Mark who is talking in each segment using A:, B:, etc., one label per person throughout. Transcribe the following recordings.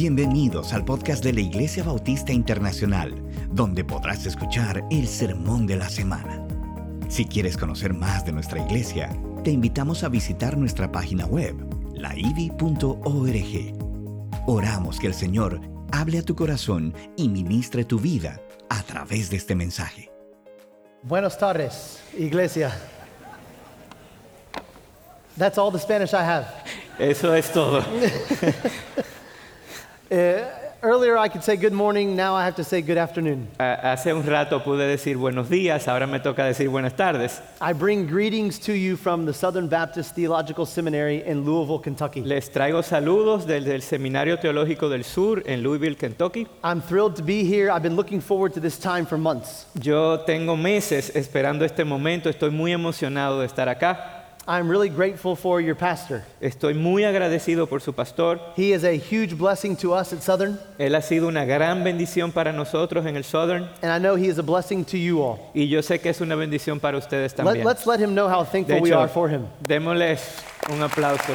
A: Bienvenidos al podcast de la Iglesia Bautista Internacional, donde podrás escuchar el Sermón de la Semana. Si quieres conocer más de nuestra iglesia, te invitamos a visitar nuestra página web, laivi.org. Oramos que el Señor hable a tu corazón y ministre tu vida a través de este mensaje.
B: Buenas tardes, iglesia. That's all the Spanish I have.
C: Eso es todo.
B: Uh, earlier I could say good morning, now I have to say good afternoon.
C: A- Hace un rato pude decir buenos días, ahora me toca decir buenas tardes.
B: I bring greetings to you from the Southern Baptist Theological Seminary in Louisville, Kentucky.
C: Les traigo saludos desde el Seminario Teológico del Sur en Louisville, Kentucky.
B: I'm thrilled to be here. I've been looking forward to this time for months.
C: Yo tengo meses esperando este momento, estoy muy emocionado de estar acá.
B: I'm really grateful for your pastor.
C: Estoy muy agradecido por su pastor.
B: He is a huge blessing to us at Southern,
C: Él ha sido una gran bendición para nosotros en el Southern
B: and I know he is a blessing to you all.
C: y yo sé que es una bendición para ustedes
B: Let,
C: también.
B: let's let him know how thankful
C: De
B: we
C: hecho,
B: are for him.
C: démosles un aplauso.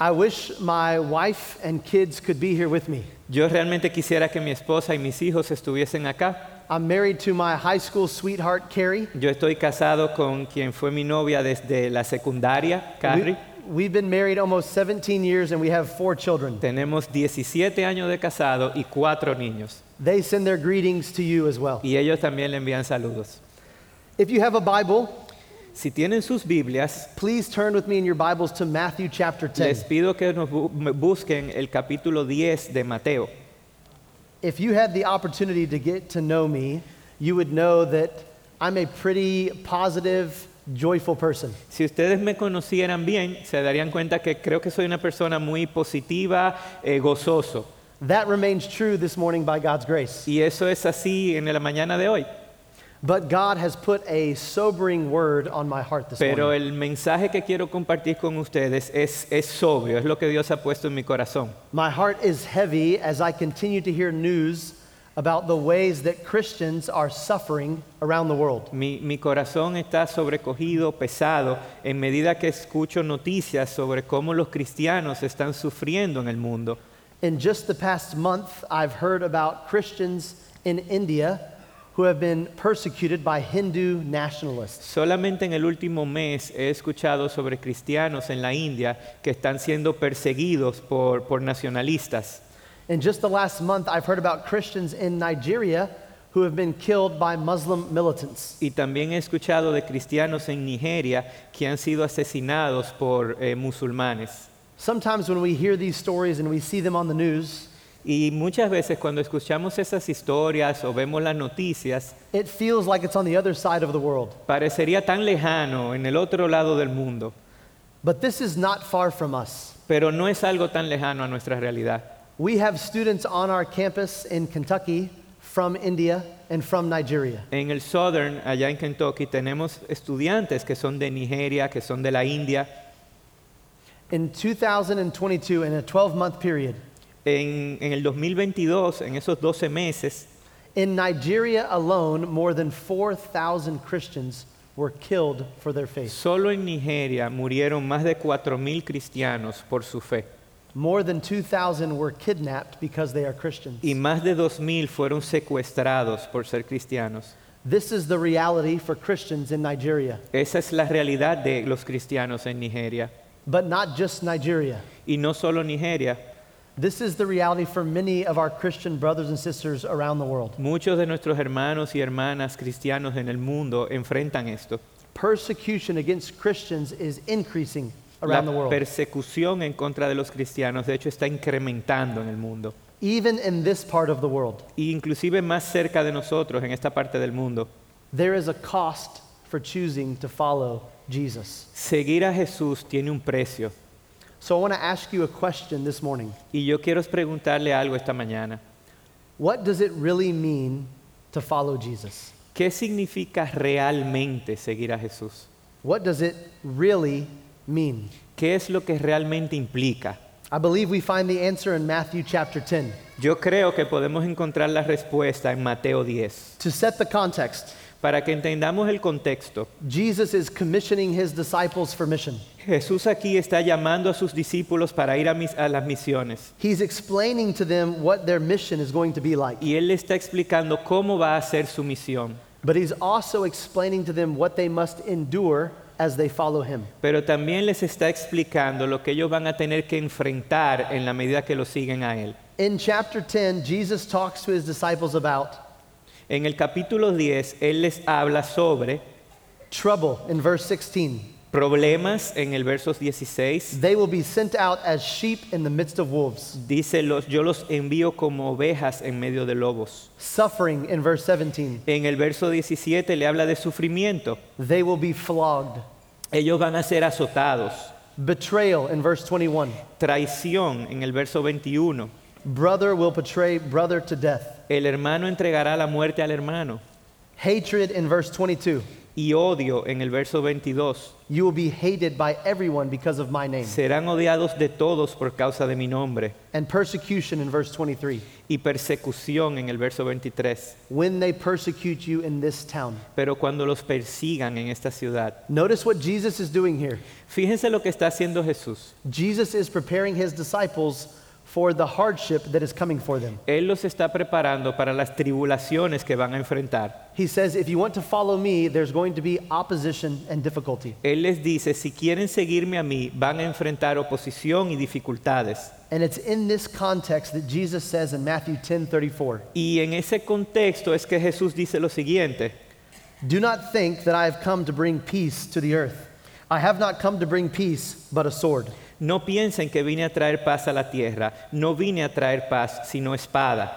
B: I wish my wife and kids could be here with me.
C: Yo realmente quisiera que mi esposa y mis hijos estuviesen acá.
B: I'm married to my high school sweetheart, Carrie.
C: Yo estoy casado con quien fue mi novia desde la secundaria,
B: We,
C: Carrie.
B: we've been married almost 17 years and we have four children.
C: Tenemos 17 años de casado y cuatro niños.
B: They send their greetings to you as well.
C: Y ellos también le envían saludos.
B: If you have a Bible,
C: Si tienen sus Biblias,
B: please turn with me in your Bibles to Matthew chapter 10.
C: les pido que nos bu- me busquen el capítulo 10 de Mateo.
B: If you had the opportunity to get to know me, you would know that I'm a pretty positive, joyful person.
C: Si ustedes me conocieran bien, se darían cuenta que creo que soy una persona muy positiva, eh, gozoso.
B: That remains true this morning by God's grace.
C: Y eso es así en la mañana de hoy.
B: But God has put a sobering word on my heart this
C: Pero
B: morning.
C: el mensaje que quiero compartir con ustedes es, es sobrio, es lo que Dios ha puesto en mi corazón.
B: My heart is heavy as I continue to hear news about the ways that Christians are suffering around the world.
C: Mi, mi corazón está sobrecogido, pesado, en medida que escucho noticias sobre cómo los cristianos están sufriendo en el mundo.
B: In just the past month, I've heard about Christians in India who have been persecuted by Hindu nationalists.
C: Solamente en el último mes he escuchado sobre cristianos en la India que están siendo perseguidos por, por nacionalistas.
B: In just the last month, I've heard about Christians in Nigeria who have been killed by Muslim militants.
C: Y también he escuchado de cristianos en Nigeria que han sido asesinados por eh, musulmanes.
B: Sometimes when we hear these stories and we see them on the news,
C: Y muchas veces cuando escuchamos esas historias o vemos las noticias,
B: it feels like it's on the other side of the world.
C: parecería tan lejano en el otro lado del mundo.
B: But this is not far from us.
C: pero no es algo tan lejano a nuestra realidad.
B: We have students on our campus in Kentucky from India and from Nigeria.
C: En el Southern, allá en Kentucky, tenemos estudiantes que son de Nigeria, que son de la India.
B: In 2022, in a 12 month period,
C: En, en el 2022, en esos 12 meses,
B: In Nigeria alone, more than 4,000 Christians were killed for their faith.
C: solo en Nigeria murieron más de 4.000 cristianos por su fe
B: More than 2,000 were kidnapped because they are Christians.
C: y más de 2.000 fueron secuestrados por ser cristianos.
B: This is the reality for Christians in Nigeria,
C: Esa es la realidad de los cristianos en Nigeria.
B: but not just Nigeria.
C: Y no solo Nigeria,
B: This is the reality for many of our Christian brothers and sisters around the world.
C: muchos de nuestros hermanos y hermanas cristianos en el mundo enfrentan esto.
B: Persecution against Christians is increasing
C: La
B: around the world.
C: persecución en contra de los cristianos, de hecho, está incrementando en el mundo.
B: Even in this part of the world,
C: E inclusive más cerca de nosotros, en esta parte del mundo.
B: there is a cost for choosing to follow Jesus.
C: Seguir a Jesús tiene un precio.
B: So I want to ask you a question this morning.
C: Y yo quiero preguntarle algo esta mañana.
B: What does it really mean to follow Jesus?
C: ¿Qué significa realmente seguir a Jesús?
B: What does it really mean?
C: ¿Qué es lo que realmente implica?
B: I believe we find the answer in Matthew chapter 10.
C: Yo creo que podemos encontrar la respuesta en Mateo 10.
B: To set the context,
C: para que entendamos el contexto.
B: Jesus is commissioning his disciples for mission.
C: Jesús aquí está llamando a sus discípulos para ir a, mis- a las misiones
B: He's explaining to them what their mission is going to be like,
C: y él le está explicando cómo va a ser su misión,
B: but he's also explaining to them what they must endure as they follow him.
C: pero también les está explicando lo que ellos van a tener que enfrentar en la medida que lo siguen a él.
B: In chapter 10, Jesus talks to his disciples about
C: En el capítulo 10 él les habla sobre
B: trouble in verse 16.
C: problemas en el verso 16.
B: They will be sent out as sheep in the midst of wolves.
C: Dice, los, yo los envío como ovejas en medio de lobos.
B: Suffering in verse 17.
C: En el verso 17 le habla de sufrimiento.
B: They will be flogged.
C: Ellos van a ser azotados.
B: Betrayal in verse 21.
C: Traición en el verso 21.
B: Brother will betray brother to death.
C: El hermano entregará la muerte al hermano.
B: Hatred in verse 22.
C: Y odio en el verso 22.
B: You will be hated by everyone because of my name.
C: Serán odiados de todos por causa de mi nombre.
B: And persecution in verse 23.
C: Y persecución en el verso 23.
B: When they persecute you in this town.
C: Pero cuando los persigan en esta ciudad.
B: Notice what Jesus is doing here.
C: Fíjense lo que está haciendo Jesús.
B: Jesus is preparing his disciples for the hardship that is coming for them.
C: Él los está preparando para las tribulaciones que van a enfrentar.
B: He says, If you want to follow me, there's going to be opposition and difficulty.
C: Él les dice, si quieren seguirme a mí, van a enfrentar oposición y dificultades.
B: And it's in this context that Jesus says in Matthew 10 34,
C: Y en ese contexto es que Jesús dice lo siguiente,
B: Do not think that I have come to bring peace to the earth. I have not come to bring peace, but a sword.
C: no piensen que vine a traer paz a la tierra, no vine a traer paz, sino espada,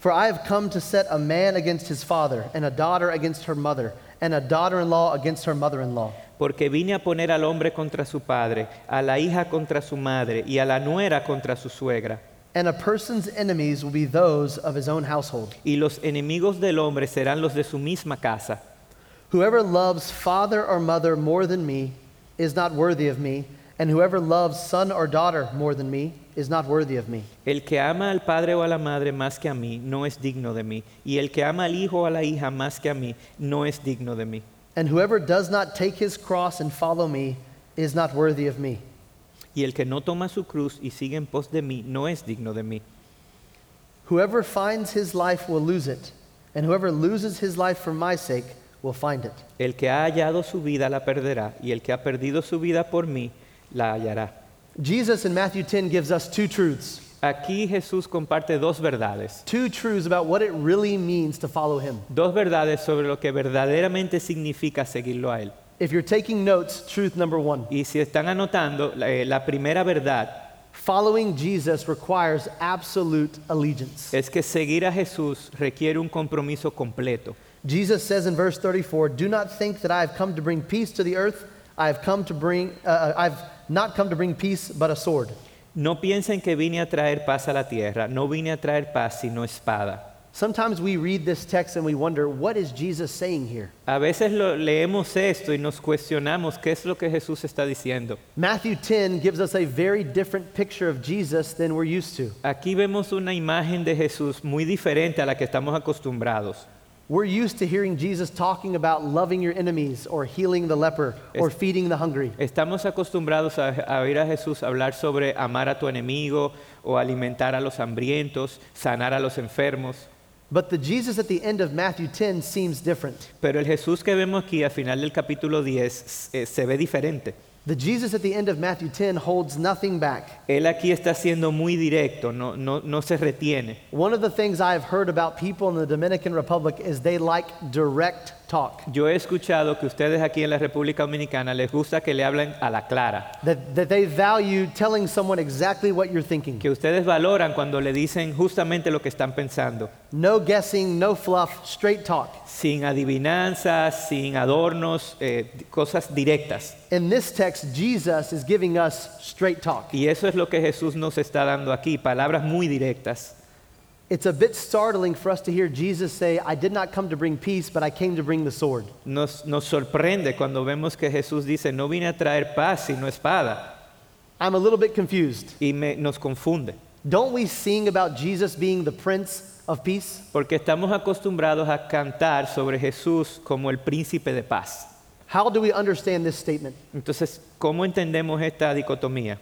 B: For I have come to set a man against his father, and a daughter against her mother, and a daughter in law against her mother in law.
C: porque vine a poner al hombre contra su padre, a la hija contra su madre y a la nuera contra su suegra.
B: And a person's enemies will be those of his own household.
C: Y los enemigos del hombre serán los de su misma casa.
B: Whoever loves father or mother more than me is not worthy of me, and whoever loves son or daughter more than me is not worthy of me.
C: El que ama al padre o a la madre más que a mí no es digno de mí, y el que ama al hijo o a la hija más que a mí no es digno de mí.
B: And whoever does not take his cross and follow me is not worthy of me.
C: Y el que no toma su cruz y sigue en pos de mí no es digno de mí.
B: Whoever finds his life will lose it, and whoever loses his life for my sake will find it.
C: El que ha hallado su vida la perderá, y el que ha perdido su vida por mí la hallará.
B: Jesus in Matthew 10 gives us two truths.
C: Aquí Jesús comparte dos verdades.
B: Two truths about what it really means to follow him.
C: Dos verdades sobre lo que verdaderamente significa seguirlo a Él.
B: If you're taking notes, truth number one
C: Y si están anotando, la, eh, la primera verdad
B: following Jesus requires absolute allegiance.
C: es que seguir a Jesús requiere un compromiso completo.
B: Jesus says in verse 34, "Do not think that I have come to bring peace to the earth. I have come to bring uh, I've not come to bring peace but a sword."
C: No piensen que vine a traer paz a la tierra, no vine a traer paz sino espada.
B: Sometimes we read this text and we wonder, what is Jesus saying here?
C: A veces lo- leemos esto y nos cuestionamos qué es lo que Jesús está diciendo.
B: Matthew 10 gives us a very different picture of Jesus than we're used to.
C: Aquí vemos una imagen de Jesús muy diferente a la que estamos acostumbrados.
B: We're used to hearing Jesus talking about loving your enemies or healing the leper or
C: Es-
B: feeding the hungry.
C: Estamos acostumbrados a, a oír a Jesús hablar sobre amar a tu enemigo o alimentar a los hambrientos, sanar a los enfermos.
B: But the Jesus at the end of Matthew 10 seems different.
C: Pero el Jesús que vemos aquí al final del capítulo 10 eh, se ve diferente.
B: The Jesus at the end of Matthew 10 holds nothing back.
C: Él aquí está siendo muy directo, no, no, no se retiene.
B: One of the things I have heard about people in the Dominican Republic is they like direct talk,
C: Yo he escuchado que ustedes aquí en la República Dominicana les gusta que le hablen a la clara,
B: that, that they value telling someone exactly what you're thinking.
C: que ustedes valoran cuando le dicen justamente lo que están pensando.
B: No guessing, no fluff, straight talk.
C: sin adivinanzas, sin adornos, eh, di- cosas directas.
B: In this text, Jesus is giving us straight talk.
C: Y eso es lo que Jesús nos está dando aquí, palabras muy directas.
B: It's a bit startling for us to hear Jesus say, I did not come to bring peace, but I came to bring the sword.
C: Nos, nos sorprende cuando vemos que Jesús dice, no vine a traer paz sino espada,
B: I'm a little bit confused.
C: y me- nos confunde.
B: Don't we sing about Jesus being the prince of peace.
C: porque estamos acostumbrados a cantar sobre Jesús como el príncipe de paz.
B: How do we understand this statement?
C: Entonces, ¿cómo entendemos esta dicotomía?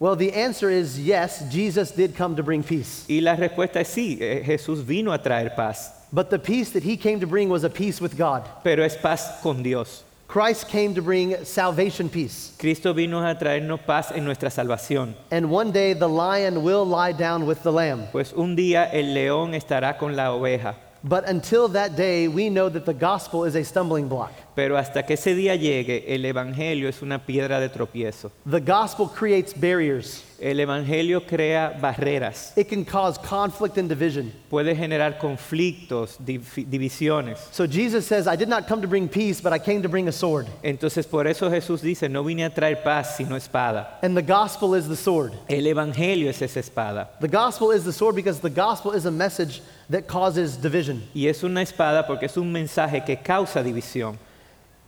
B: Well, the answer is yes, Jesus did come to bring peace.
C: Y la respuesta es sí, eh, Jesús vino a traer paz,
B: But the peace that he came to bring was a peace with God.
C: pero es paz con Dios.
B: Christ came to bring salvation peace.
C: Cristo vino a traernos paz en nuestra salvación,
B: And one day the lion will lie down with the lamb.
C: pues un día el león estará con la oveja,
B: But until that day, we know that the gospel is a stumbling block.
C: pero hasta que ese día llegue, el Evangelio es una piedra de tropiezo.
B: The gospel creates barriers,
C: El Evangelio crea barreras,
B: it can cause conflict and division.
C: puede generar conflictos, divi- divisiones.
B: So Jesus says, I did not come to bring peace, but I came to bring a sword.
C: Entonces por eso Jesús dice, no vine a traer paz sino espada.
B: And the gospel is the sword.
C: El Evangelio es esa espada.
B: The gospel is the sword because the gospel is a message that causes division.
C: Y es una espada porque es un mensaje que causa división.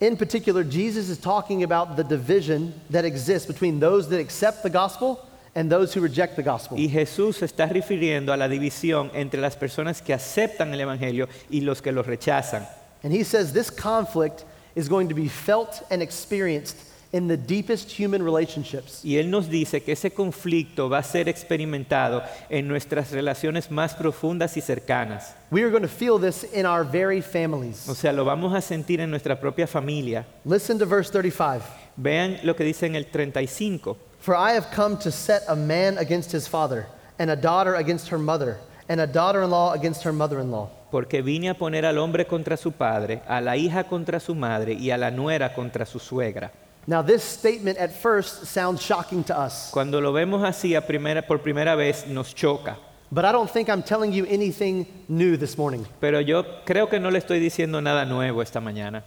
B: In particular, Jesus is talking about the division that exists between those that accept the gospel and those who reject the gospel.
C: Y Jesús se está refiriendo a la división entre las personas que aceptan el Evangelio y los que lo rechazan.
B: And he says this conflict is going to be felt and experienced in the deepest human relationships.
C: Y Él nos dice que ese conflicto va a ser experimentado en nuestras relaciones más profundas y cercanas.
B: We are going to feel this in our very families.
C: O sea, lo vamos a sentir en nuestra propia familia.
B: Listen to verse 35.
C: Vean lo que dice en el 35.
B: For I have come to set a man against his father, and a daughter against her mother, and a daughter in law against her mother in law.
C: Porque vine a poner al hombre contra su padre, a la hija contra su madre y a la nuera contra su suegra.
B: Now, this statement at first sounds shocking to us,
C: Cuando lo vemos así a primera- por primera vez nos choca,
B: but I don't think I'm telling you anything new this morning.
C: pero yo creo que no le estoy diciendo nada nuevo esta mañana.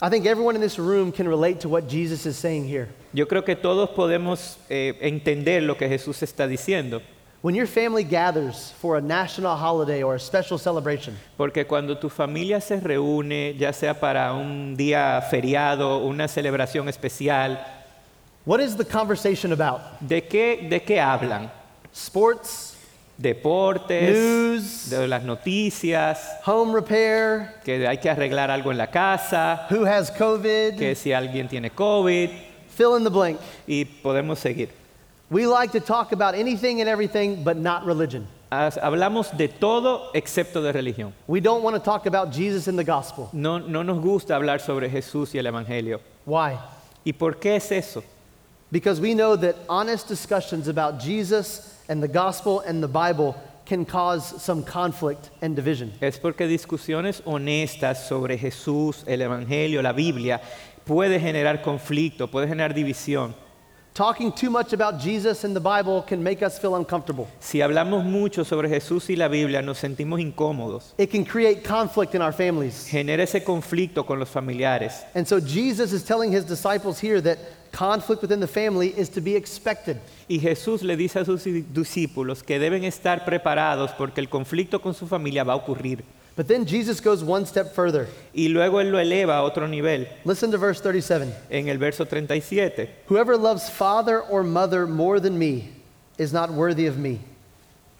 B: I think everyone in this room can relate to what Jesus is saying here.
C: Yo creo que todos podemos eh, entender lo que Jesús está diciendo,
B: When your family gathers for a national holiday or a special celebration,
C: porque cuando tu familia se reúne, ya sea para un día feriado, una celebración especial,
B: what is the conversation about?
C: ¿de qué, de qué hablan?
B: Sports,
C: Deportes,
B: News.
C: de las noticias,
B: home repair,
C: que hay que arreglar algo en la casa,
B: who has COVID,
C: que si alguien tiene COVID
B: fill in the blank.
C: y podemos seguir.
B: We like to talk about anything and everything, but not religion.
C: Has- Hablamos de todo excepto de religión.
B: We don't want to talk about Jesus and the gospel.
C: No, no nos gusta hablar sobre Jesús y el Evangelio.
B: Why?
C: ¿Y por qué es eso?
B: Because we know that honest discussions about Jesus and the gospel and the Bible can cause some conflict and division.
C: Es porque discusiones honestas sobre Jesús, el Evangelio, la Biblia, puede generar conflicto, puede generar división.
B: Talking too much about Jesus and the Bible can make us feel uncomfortable.
C: Si hablamos mucho sobre Jesús y la Biblia, nos sentimos incómodos.
B: It can create conflict in our families.
C: Genera ese conflicto con los familiares.
B: And so Jesus is telling his disciples here that conflict within the family is to be expected.
C: Y Jesús le dice a sus discípulos que deben estar preparados porque el conflicto con su familia va a ocurrir.
B: But then Jesus goes one step further.
C: Y luego él lo eleva a otro nivel
B: Listen to verse 37.
C: en el verso 37.
B: Whoever loves father or mother more than me is not worthy of me.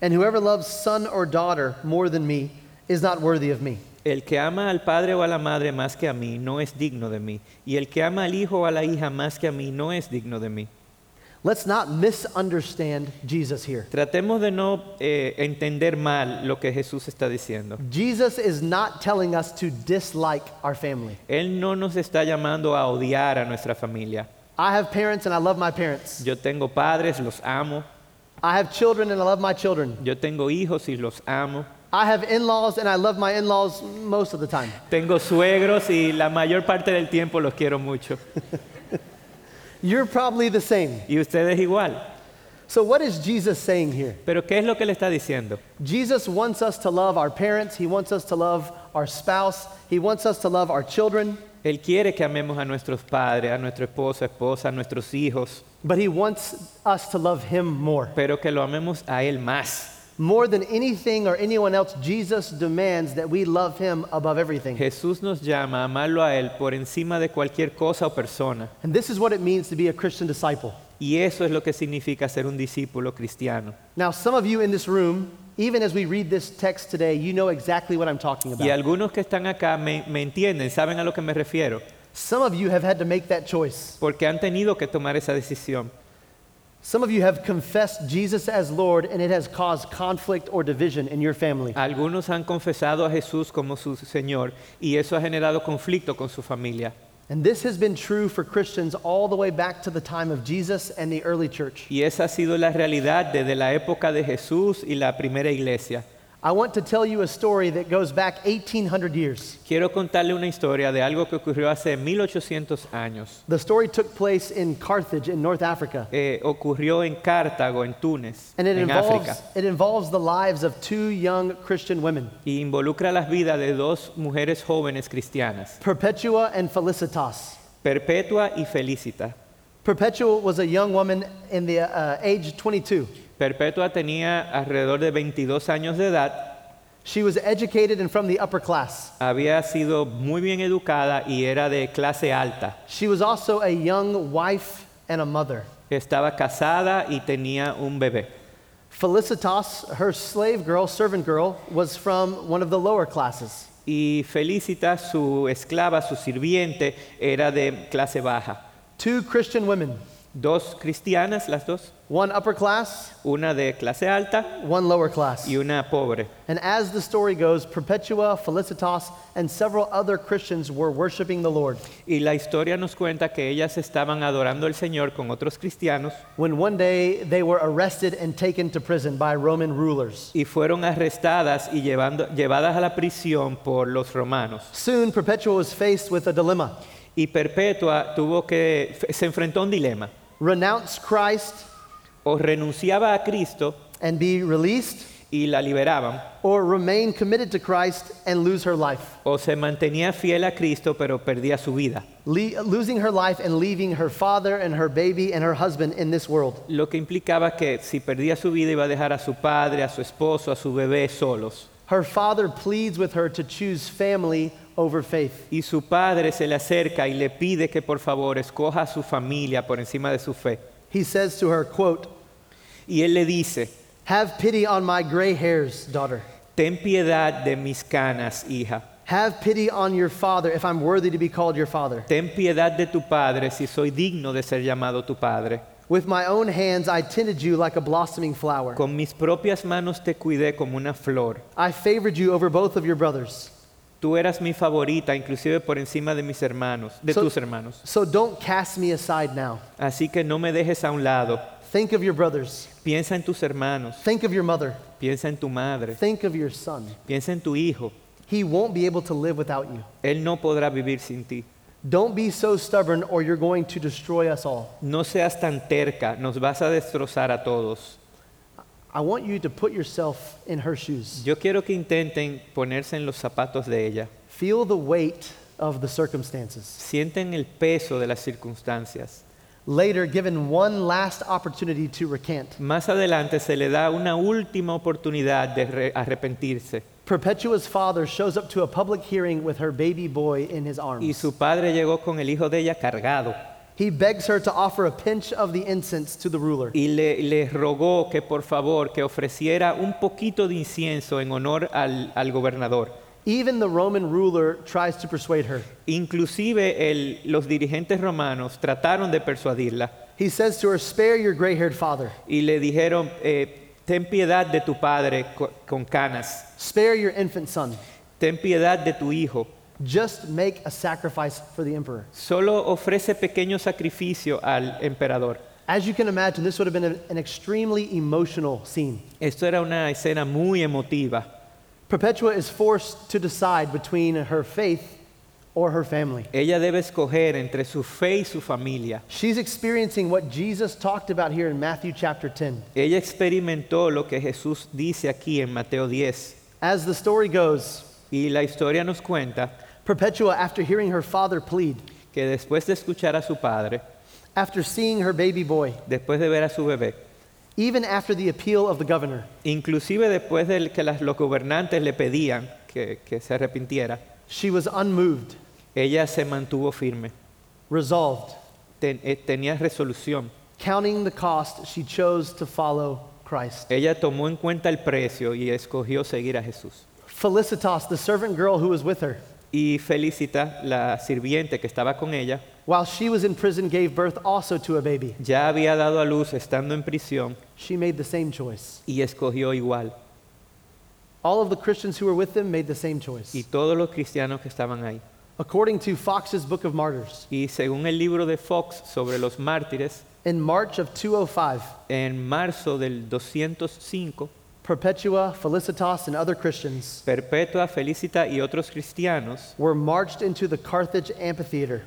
B: And whoever loves son or daughter more than me is not worthy of me.
C: El que ama al padre o a la madre más que a mí no es digno de mí. Y el que ama al hijo o a la hija más que a mí no es digno de mí.
B: Let's not misunderstand Jesus here.
C: Tratemos de no eh, entender mal lo que Jesús está diciendo.
B: Jesus is not telling us to dislike our family.
C: Él no nos está llamando a odiar a nuestra familia.
B: I have parents and I love my parents.
C: Yo tengo padres, los amo.
B: I have children and I love my children.
C: Yo tengo hijos y los amo.
B: I have in laws and I love my in laws most of the time.
C: Tengo suegros y la mayor parte del tiempo los quiero mucho.
B: You're probably the same.
C: Y ustedes igual.
B: So, what is Jesus saying here?
C: Pero ¿qué es lo que le está diciendo?
B: Jesus wants us to love our parents, He wants us to love our spouse, He wants us to love our children,
C: Él quiere que amemos a nuestros padres, a nuestro esposo, esposa, a nuestros hijos,
B: but He wants us to love Him more.
C: pero que lo amemos a Él más.
B: More than anything or anyone else, Jesus demands that we love Him above everything.
C: Jesús nos llama a amarlo a Él por encima de cualquier cosa o persona.
B: And this is what it means to be a Christian disciple.
C: Y eso es lo que significa ser un discípulo cristiano.
B: Now, some of you in this room even as we read this text today, you know exactly what I'm talking
C: Y
B: about.
C: algunos que están acá me, me entienden, saben a lo que me refiero,
B: Some of you have had to make that choice.
C: porque han tenido que tomar esa decisión.
B: Some of you have confessed Jesus as Lord, and it has caused conflict or division in your family.
C: Algunos han confesado a Jesús como su Señor y eso ha generado conflicto con su familia.
B: And this has been true for Christians all the way back to the time of Jesus and the early church.
C: Y esa ha sido la realidad desde la época de Jesús y la primera iglesia.
B: I want to tell you a story that goes back 1800 years.
C: Quiero contarle una historia de algo que ocurrió hace 1800 años.
B: The story took place in Carthage in North Africa.
C: Eh, ocurrió en Cartago, en Túnez,
B: And it
C: en
B: involves,
C: África.
B: it involves the lives of two young Christian women,
C: Y involucra las vidas de dos mujeres jóvenes cristianas,
B: Perpetua and Felicitas.
C: Perpetua y Felicita.
B: Perpetua was a young woman in the uh, age 22.
C: Perpetua tenía alrededor de 22 años de edad,
B: She was educated and from the upper class.
C: había sido muy bien educada y era de clase alta.
B: She was also a young wife and a mother.
C: Estaba casada y tenía un bebé.
B: Felicitas, her slave girl, servant girl, was from one of the lower classes.
C: Y Felicita, su esclava, su sirviente, era de clase baja.
B: Two Christian women,
C: Dos cristianas, las dos,
B: one upper class,
C: una de clase alta
B: one lower class.
C: y una pobre.
B: And as the story goes, Perpetua, Felicitas, and several other Christians were worshiping the Lord.
C: Y la historia nos cuenta que ellas estaban adorando al Señor con otros cristianos
B: When one day they were arrested and taken to prison by Roman rulers.
C: y fueron arrestadas y llevando- llevadas a la prisión por los romanos.
B: Soon, Perpetua was faced with a dilemma
C: Y Perpetua tuvo que, se enfrentó a un dilema.
B: renounce Christ
C: O renunciaba a Cristo
B: and be released,
C: y la liberaban,
B: or remain committed to Christ and lose her life,
C: o se mantenía fiel a Cristo pero perdía su vida.
B: Le- losing her life and leaving her father and her baby and her husband in this world.
C: Lo que implicaba que si perdía su vida iba a dejar a su padre, a su esposo, a su bebé solos.
B: Her father pleads with her to choose family over faith.
C: Y su padre se le acerca y le pide que por favor escoja a su familia por encima de su fe.
B: He says to her, quote,
C: Y él le dice,
B: Have pity on my gray hairs, daughter.
C: ten piedad de mis canas, hija.
B: Have pity on your father if I'm worthy to be called your father.
C: Ten piedad de tu padre si soy digno de ser llamado tu padre.
B: With my own hands I tended you like a blossoming flower.
C: Con mis propias manos te cuidé como una flor.
B: I favored you over both of your brothers.
C: Tú eras mi favorita, inclusive por encima de mis hermanos, de
B: So-
C: tus hermanos.
B: So don't cast me aside now.
C: Así que no me dejes a un lado.
B: Think of your brothers.
C: Piensa en tus hermanos,
B: Think of your mother.
C: piensa en tu madre,
B: Think of your son.
C: piensa en tu hijo.
B: He won't be able to live without you.
C: Él no podrá vivir sin ti.
B: Don't be so stubborn or you're going to destroy us all.
C: No seas tan terca, nos vas a destrozar a todos.
B: I want you to put yourself in her shoes.
C: Yo quiero que intenten ponerse en los zapatos de ella.
B: Feel the weight of the circumstances.
C: Sienten el peso de las circunstancias.
B: Later, given one last opportunity to recant,
C: Más adelante se le da una última oportunidad de re- arrepentirse.
B: Perpetua's father shows up to a public hearing with her baby boy in his
C: Y
B: arms.
C: su padre llegó con el hijo de ella cargado
B: He begs her to offer a pinch of the incense to the ruler.
C: y le, le rogó que por favor que ofreciera un poquito de incienso en honor al, al gobernador.
B: Even the Roman ruler tries to persuade her.
C: Inclusive el- los dirigentes romanos trataron de persuadirla
B: He says to her, Spare your gray haired father,
C: y le dijeron, eh, ten piedad de tu padre co- con canas,
B: spare your infant son.
C: ten piedad de tu hijo,
B: Just make a sacrifice for the emperor.
C: solo ofrece pequeño sacrificio al emperador.
B: As you can imagine, this would have been an- an extremely emotional scene.
C: Esto era una escena muy emotiva.
B: Perpetua is forced to decide between her faith or her family.
C: Ella debe escoger entre su fe y su familia.
B: She's experiencing what Jesus talked about here in Matthew chapter 10.
C: Ella experimentó lo que Jesús dice aquí en Mateo 10.
B: As the story goes,
C: Y la historia nos cuenta
B: Perpetua, after hearing her father plead,
C: que después de escuchar a su padre,
B: after seeing her baby boy,
C: después de ver a su bebé,
B: even after the appeal of the governor,
C: inclusive después de que las- los gobernantes le pedían que, que se arrepintiera,
B: she was unmoved,
C: ella se mantuvo firme,
B: resolved,
C: Ten- eh, tenía resolución.
B: counting the cost, she chose to follow Christ.
C: Ella tomó en cuenta el precio y escogió seguir a Jesús.
B: Felicitas, the servant girl who was with her,
C: Y Felicita, la sirviente que estaba con ella,
B: while she was in prison, gave birth also to a baby.
C: ya había dado a luz estando en prisión
B: She made the same choice.
C: y escogió igual.
B: All of the Christians who were with them made the same choice.
C: Y todos los cristianos que estaban ahí.
B: According to Fox's Book of Martyrs,
C: Y según el libro de Fox sobre los mártires,
B: in March of 205,
C: en marzo del 205,
B: Perpetua, Felicitas, and other Christians
C: Perpetua, Felicita y otros cristianos
B: were marched into the Carthage amphitheater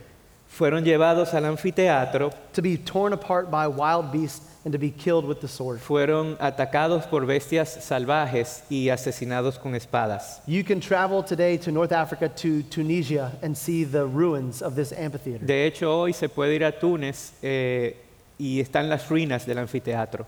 C: fueron llevados al anfiteatro,
B: to be torn apart by wild beasts and to be killed with the sword.
C: fueron atacados por bestias salvajes y asesinados con espadas.
B: You can travel today to North Africa, to Tunisia, and see the ruins of this amphitheater.
C: De hecho, hoy se puede ir a Túnez eh, y están las ruinas del anfiteatro.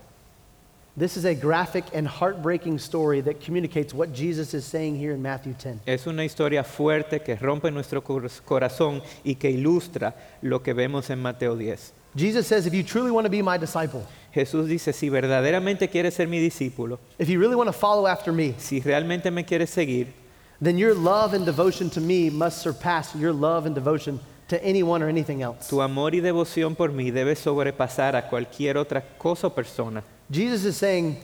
B: This is a graphic and heartbreaking story that communicates what Jesus is saying here in Matthew 10.
C: Es una historia fuerte que rompe nuestro cor- corazón y que ilustra lo que vemos en Mateo 10.
B: Jesus says, If you truly want to be my disciple,
C: Jesús dice, si verdaderamente quieres ser mi discípulo,
B: if you really want to follow after me,
C: si realmente me quieres seguir,
B: then your love and devotion to me must surpass your love and devotion to anyone or anything else.
C: tu amor y devoción por mí debe sobrepasar a cualquier otra cosa o persona.
B: Jesus is saying,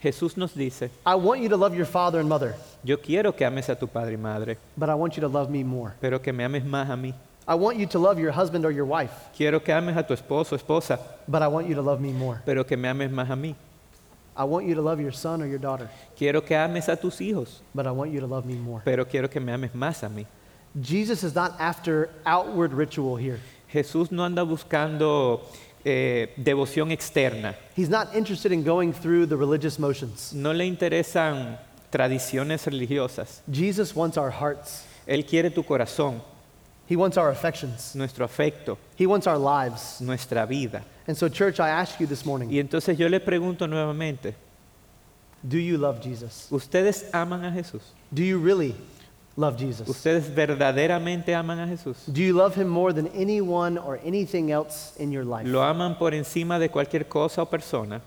C: Jesús nos dice,
B: I want you to love your father and mother,
C: yo quiero que ames a tu padre y madre,
B: but I want you to love me more.
C: pero que me ames más a mí.
B: I want you to love your husband or your wife,
C: Quiero que ames a tu esposo, esposa,
B: but I want you to love me more.
C: pero que me ames más a mí.
B: I want you to love your son or your daughter,
C: Quiero que ames a tus hijos,
B: but I want you to love me more.
C: pero quiero que me ames más a mí.
B: Jesus is not after outward ritual here.
C: Jesús no anda buscando eh, devoción externa.
B: He's not interested in going through the religious motions.
C: No le interesan tradiciones religiosas.
B: Jesus wants our hearts.
C: Él quiere tu corazón,
B: He wants our affections.
C: nuestro afecto,
B: He wants our lives.
C: nuestra vida.
B: And so, church, I ask you this
C: Y
B: morning
C: entonces yo le pregunto nuevamente,
B: do you love Jesus?
C: ¿ustedes aman a Jesús?
B: Do you really love Jesus?
C: ¿Ustedes verdaderamente aman a Jesús?
B: Do you love him more than anyone or anything else in your life?
C: ¿Lo aman por encima de cualquier cosa o persona?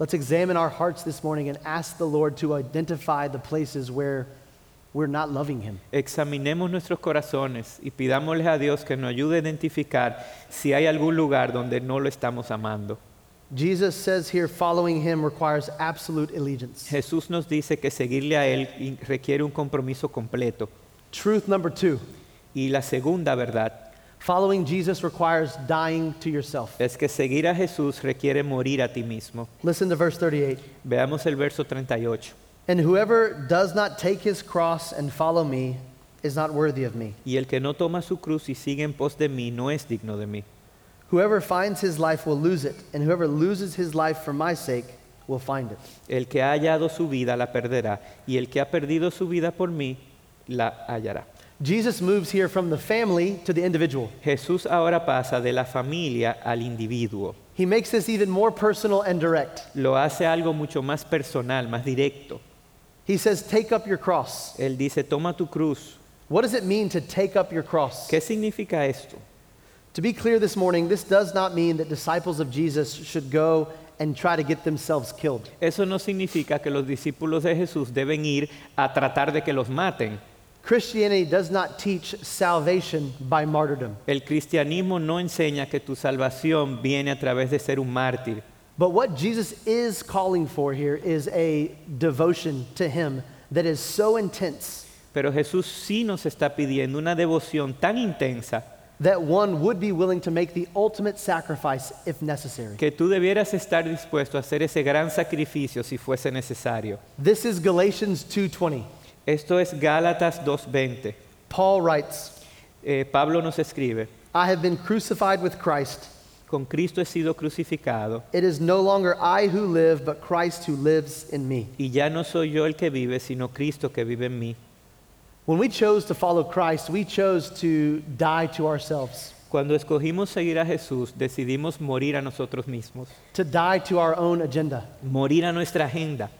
B: Let's examine our hearts this morning and ask the Lord to identify the places where we're not loving him.
C: Examinemos nuestros corazones y pidámosle a Dios que nos ayude a identificar si hay algún lugar donde no lo estamos amando.
B: Jesus says here, following him requires absolute allegiance.
C: Jesús nos dice que seguirle a Él in- requiere un compromiso completo.
B: Truth number two
C: Y la segunda verdad
B: following Jesus requires dying to yourself.
C: es que seguir a Jesús requiere morir a ti mismo.
B: Listen to verse 38.
C: Veamos el verso 38.
B: And whoever does not take his cross and follow me is not worthy of me.
C: Y el que no toma su cruz y sigue en pos de mí no es digno de mí.
B: Whoever finds his life will lose it, and whoever loses his life for my sake will find it.
C: El que ha hallado su vida la perderá, y el que ha perdido su vida por mí la hallará.
B: Jesus moves here from the family to the individual.
C: Jesús ahora pasa de la familia al individuo.
B: He makes this even more personal and direct.
C: Lo hace algo mucho más personal, más directo.
B: He says, Take up your cross.
C: Él dice, toma tu cruz.
B: What does it mean to take up your cross?
C: ¿Qué significa esto?
B: To be clear this morning, this does not mean that disciples of Jesus should go and try to get themselves killed.
C: Eso no significa que los discípulos de Jesús deben ir a tratar de que los maten.
B: Christianity does not teach salvation by martyrdom.
C: El cristianismo no enseña que tu salvación viene a través de ser un mártir.
B: But what Jesus is calling for here is a devotion to Him that is so intense
C: Pero Jesús sí nos está pidiendo una devoción tan intensa
B: that one would be willing to make the ultimate sacrifice if necessary.
C: que tú debieras estar dispuesto a hacer ese gran sacrificio si fuese necesario.
B: This is Galatians 2:20.
C: Esto es Gálatas 2.20.
B: Paul writes,
C: Eh, Pablo nos escribe,
B: "I have been crucified with Christ.
C: con Cristo he sido crucificado
B: It is no longer I who live, but Christ who lives in me."
C: y ya no soy yo el que vive, sino Cristo que vive en mí.
B: When we chose to follow Christ, we chose to die to ourselves,
C: Cuando escogimos seguir a Jesús, decidimos morir a nosotros mismos,
B: to die to our own agenda,
C: morir a nuestra agenda,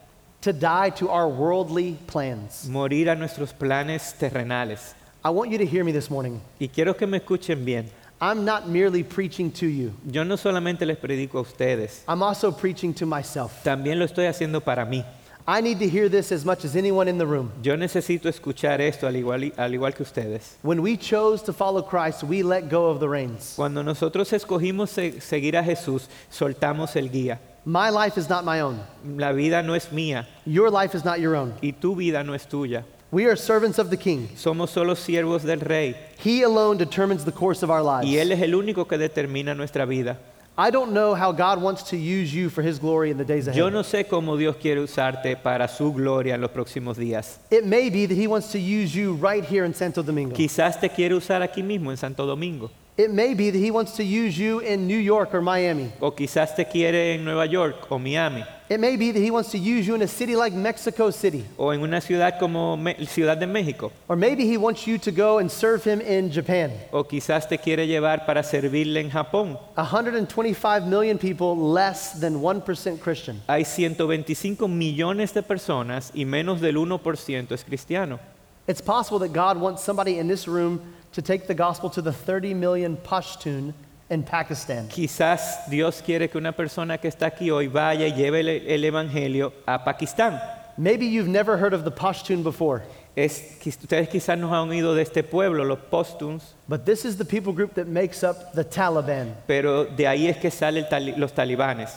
B: to die to our worldly plans.
C: morir a nuestros planes terrenales.
B: I want you to hear me this morning.
C: Y quiero que me escuchen bien.
B: I'm not merely preaching to you,
C: Yo no solamente les predico a ustedes,
B: I'm also preaching to myself.
C: también lo estoy haciendo para mí.
B: I need to hear this as much as anyone in the room.
C: Yo necesito escuchar esto al igual, al igual que ustedes.
B: When we chose to follow Christ, we let go of the reins.
C: Cuando nosotros escogimos se- seguir a Jesús, soltamos el guía.
B: My life is not my own.
C: La vida no es mía
B: Your life is not your own.
C: y tu vida no es tuya.
B: We are servants of the King.
C: Somos solo siervos del Rey
B: He alone determines the course of our lives.
C: y Él es el único que determina nuestra vida.
B: I don't know how God wants to use you for His glory in the days ahead.
C: Yo no sé cómo Dios quiere usarte para su gloria en los próximos días.
B: It may be that He wants to use you right here in Santo Domingo.
C: Quizás te quiere usar aquí mismo en Santo Domingo
B: It may be that He wants to use you in New York or Miami.
C: o quizás te quiere en Nueva York o Miami
B: It may be that He wants to use you in a city like Mexico City.
C: o en una ciudad como Me- Ciudad de México
B: Or maybe He wants you to go and serve Him in Japan.
C: o quizás te quiere llevar para servirle en Japón.
B: 125 million people less than 1% Christian.
C: Hay 125 millones de personas y menos del 1% es cristiano.
B: It's possible that God wants somebody in this room to take the gospel to the 30 million Pashtun in Pakistan.
C: Quizás Dios quiere que una persona que está aquí hoy vaya y lleve el, el Evangelio a Pakistán.
B: Maybe you've never heard of the Pashtun before,
C: Es, quiz- ustedes quizás nos han oído de este pueblo, los Postuns,
B: but this is the people group that makes up the Taliban.
C: pero de ahí es que salen los talibanes.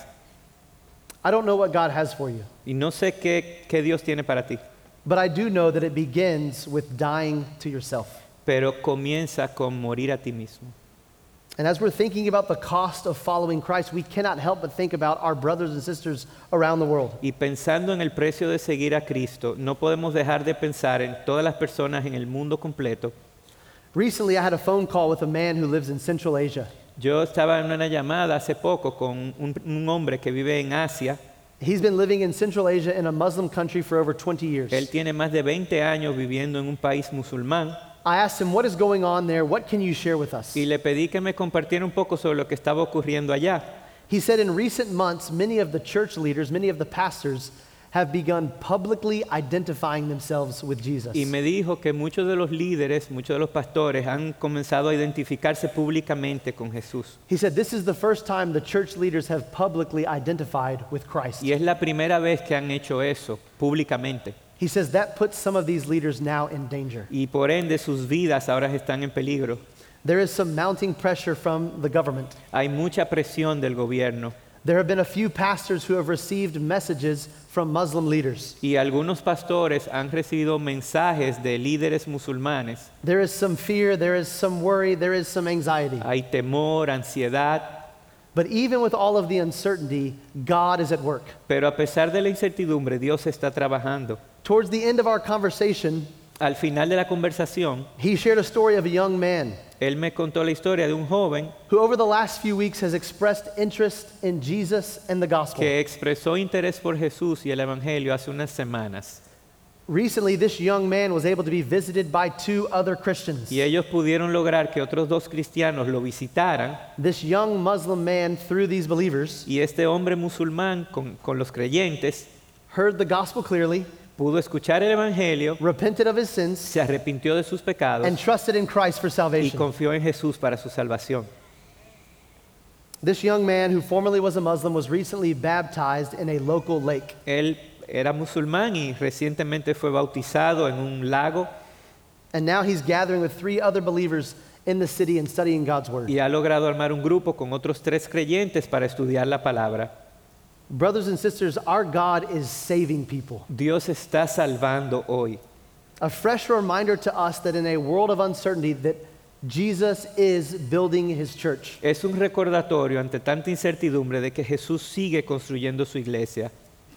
B: I don't know what God has for you,
C: Y no sé qué, qué Dios tiene para ti,
B: but I do know that it begins with dying to yourself.
C: pero comienza con morir a ti mismo.
B: And as we're thinking about the cost of following Christ, we cannot help but think about our brothers and sisters around the world.
C: Y pensando en el precio de seguir a Cristo, no podemos dejar de pensar en todas las personas en el mundo completo.
B: Recently, I had a phone call with a man who lives in Central Asia.
C: Yo estaba en una llamada hace poco con un- un hombre que vive en Asia
B: He's been living in Central Asia in a Muslim country for over 20
C: Él
B: years.
C: tiene más de 20 años viviendo en un país musulmán
B: I asked him, What is going on there? What can you share with us?
C: y le pedí que me compartiera un poco sobre lo que estaba ocurriendo allá.
B: He said, In recent months, many of the church leaders, many of the pastors, have begun publicly identifying themselves with Jesus.
C: Y me dijo que muchos de los líderes, muchos de los pastores han comenzado a identificarse públicamente con Jesús.
B: He said, This is the first time the church leaders have publicly identified with Christ.
C: Y es la primera vez que han hecho eso públicamente.
B: He says that puts some of these leaders now in danger.
C: Y por ende sus vidas ahora están en peligro.
B: There is some mounting pressure from the government.
C: Hay mucha presión del gobierno.
B: There have been a few pastors who have received messages from Muslim leaders.
C: Y algunos pastores han recibido mensajes de líderes musulmanes.
B: There is some fear, there is some worry, there is some anxiety.
C: Hay temor, ansiedad,
B: But even with all of the uncertainty, God is at work.
C: Pero a pesar de la incertidumbre, Dios está trabajando.
B: Towards the end of our conversation,
C: Al final de la conversación,
B: he shared a story of a young man
C: él me contó la historia de un joven
B: who, over the last few weeks, has expressed interest in Jesus and the gospel.
C: que expresó interés por Jesús y el Evangelio hace unas semanas.
B: Recently, this young man was able to be visited by two other Christians.
C: Y ellos pudieron lograr que otros dos cristianos lo visitaran
B: This young Muslim man, through these believers,
C: y este hombre musulmán con, con los creyentes
B: heard the gospel clearly,
C: pudo escuchar el Evangelio,
B: repented of his sins,
C: se arrepintió de sus
B: and
C: pecados
B: trusted in Christ for
C: y
B: salvation.
C: confió en Jesús para su salvación.
B: This young man, who formerly was a Muslim, was recently baptized in a local lake.
C: Él era musulmán y recientemente fue bautizado en un lago
B: And now he's gathering with three other believers in the city and studying God's word.
C: y ha logrado armar un grupo con otros tres creyentes para estudiar la palabra.
B: Brothers and sisters, our God is saving people.
C: Dios está salvando hoy.
B: A fresh reminder to us that in a world of uncertainty that Jesus is building his church.
C: Es un recordatorio ante tanta incertidumbre de que Jesús sigue construyendo su iglesia,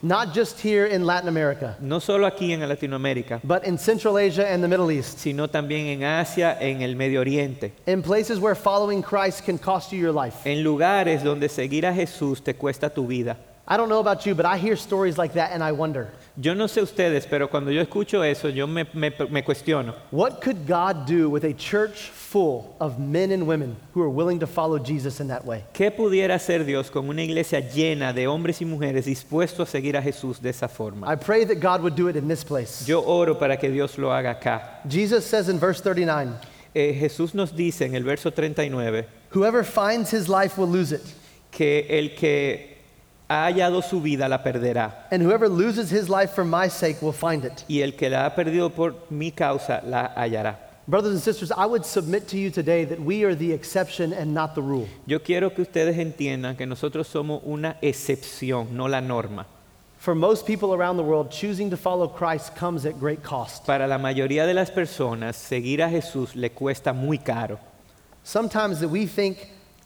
B: Not just here in Latin America,
C: no solo aquí en Latinoamérica,
B: but in Central Asia and the Middle East.
C: sino también en Asia, en el Medio Oriente,
B: In places where following Christ can cost you your life.
C: en lugares donde seguir a Jesús te cuesta tu vida.
B: I don't know about you, but I hear stories like that and I wonder,
C: Yo no sé ustedes, pero cuando yo escucho eso, yo me, me- me cuestiono,
B: what could God do with a church full of men and women who are willing to follow Jesus in that way?
C: ¿qué pudiera hacer Dios con una iglesia llena de hombres y mujeres dispuestos a seguir a Jesús de esa forma?
B: I pray that God would do it in this place.
C: Yo oro para que Dios lo haga acá.
B: Jesus says in verse 39,
C: Eh, Jesús nos dice en el verso 39,
B: Whoever finds his life will lose it,
C: que el que ha hallado su vida la perderá,
B: and whoever loses his life for my sake will find it.
C: y el que la ha perdido por mi causa la hallará.
B: Brothers and sisters, I would submit to you today that we are the exception and not the rule.
C: Yo quiero que ustedes entiendan que nosotros somos una excepción, no la norma.
B: For most people around the world, choosing to follow Christ comes at great cost.
C: Para la mayoría de las personas, seguir a Jesús le cuesta muy caro.
B: Sometimes that we think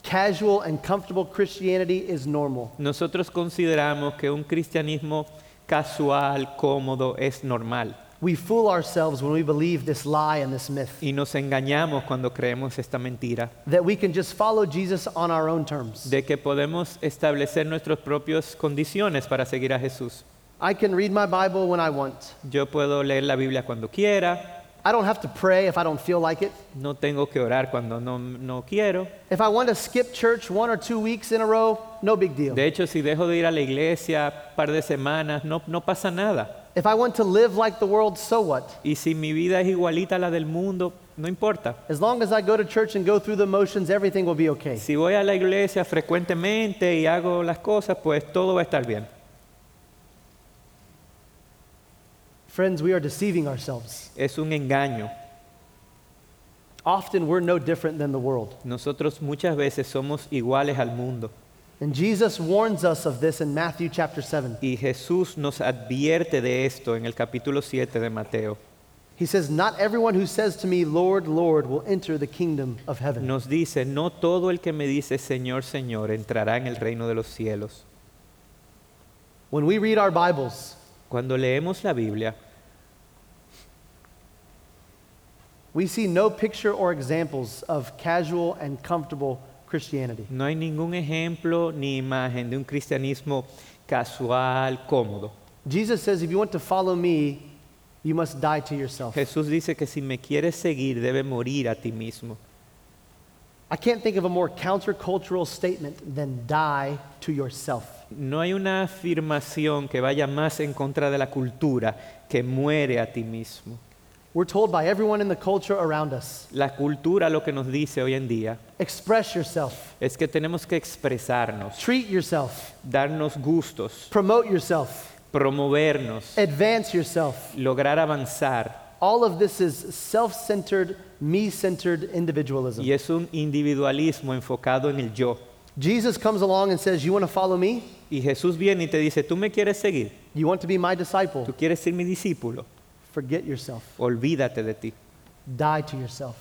B: casual and comfortable Christianity is normal.
C: Nosotros consideramos que un cristianismo casual, cómodo, es normal.
B: We fool ourselves when we believe this lie and this myth
C: Y nos engañamos cuando creemos esta mentira,
B: that we can just follow Jesus on our own terms.
C: de que podemos establecer nuestras propias condiciones para seguir a Jesús.
B: I can read my Bible when I want.
C: Yo puedo leer la Biblia cuando quiera,
B: I don't have to pray if I don't feel like it.
C: no tengo que orar cuando no, no quiero.
B: If I want to skip church one or two weeks in a row, no big deal.
C: De hecho, si dejo de ir a la iglesia un par de semanas, no, no pasa nada.
B: If I want to live like the world, so what?
C: Y si mi vida es igualita a la del mundo, no importa.
B: As long as I go to church and go through the motions, everything will be okay.
C: Si voy a la iglesia frecuentemente y hago las cosas, pues todo va a estar bien.
B: Friends, we are deceiving ourselves.
C: Es un engaño.
B: Often we're no different than the world.
C: Nosotros muchas veces somos iguales al mundo.
B: And Jesus warns us of this in Matthew chapter 7.
C: Y Jesús nos advierte de esto en el capítulo 7 de Mateo.
B: He says, Not everyone who says to me, Lord, Lord, will enter the kingdom of heaven.
C: Nos dice, no todo el que me dice Señor, Señor entrará en el reino de los cielos.
B: When we read our Bibles,
C: Cuando leemos la Biblia,
B: we see no picture or examples of casual and comfortable Christianity.
C: no hay ningún ejemplo ni imagen de un cristianismo casual, cómodo.
B: Jesus says, If you want to follow me, you must die to yourself.
C: Jesús dice que si me quieres seguir, debe morir a ti mismo.
B: I can't think of a more countercultural statement than die to yourself.
C: No hay una afirmación que vaya más en contra de la cultura que muere a ti mismo.
B: We're told by everyone in the culture around us
C: La cultura lo que nos dice hoy en día
B: express yourself,
C: es que tenemos que expresarnos,
B: treat yourself,
C: darnos gustos,
B: promote yourself,
C: promovernos,
B: advance yourself.
C: lograr avanzar.
B: All of this is self centered, me centered individualism.
C: Y es un individualismo enfocado en el yo.
B: Jesus comes along and says, You want to follow me?
C: Y Jesús viene y te dice, tú me quieres seguir,
B: You want to be my disciple?
C: tú quieres ser mi discípulo,
B: Forget yourself,
C: olvídate de ti,
B: die to yourself,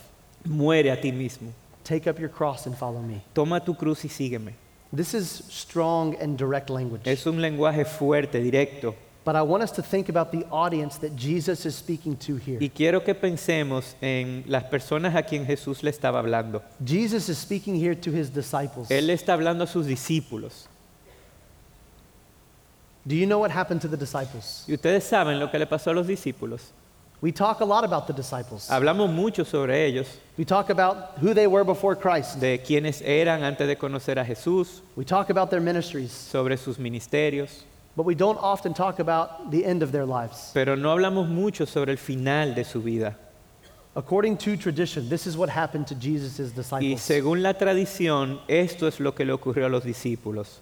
C: muere a ti mismo,
B: take up your cross and follow me.
C: toma tu cruz y sígueme.
B: This is strong and direct language.
C: Es un lenguaje fuerte, directo.
B: But I want us to think about the audience that Jesus is speaking to here.
C: Y quiero que pensemos en las personas a quien Jesús le estaba hablando.
B: Jesus is speaking here to his disciples.
C: Él le está hablando a sus discípulos.
B: Do you know what happened to the disciples?
C: Y ustedes saben lo que le pasó a los discípulos.
B: We talk a lot about the disciples.
C: Hablamos mucho sobre ellos,
B: We talk about who they were before Christ.
C: de quiénes eran antes de conocer a Jesús,
B: We talk about their ministries.
C: sobre sus ministerios,
B: But we don't often talk about the end of their lives.
C: pero no hablamos mucho sobre el final de su vida.
B: According to tradition, this is what happened to Jesus'
C: Y
B: disciples.
C: según la tradición, esto es lo que le ocurrió a los discípulos.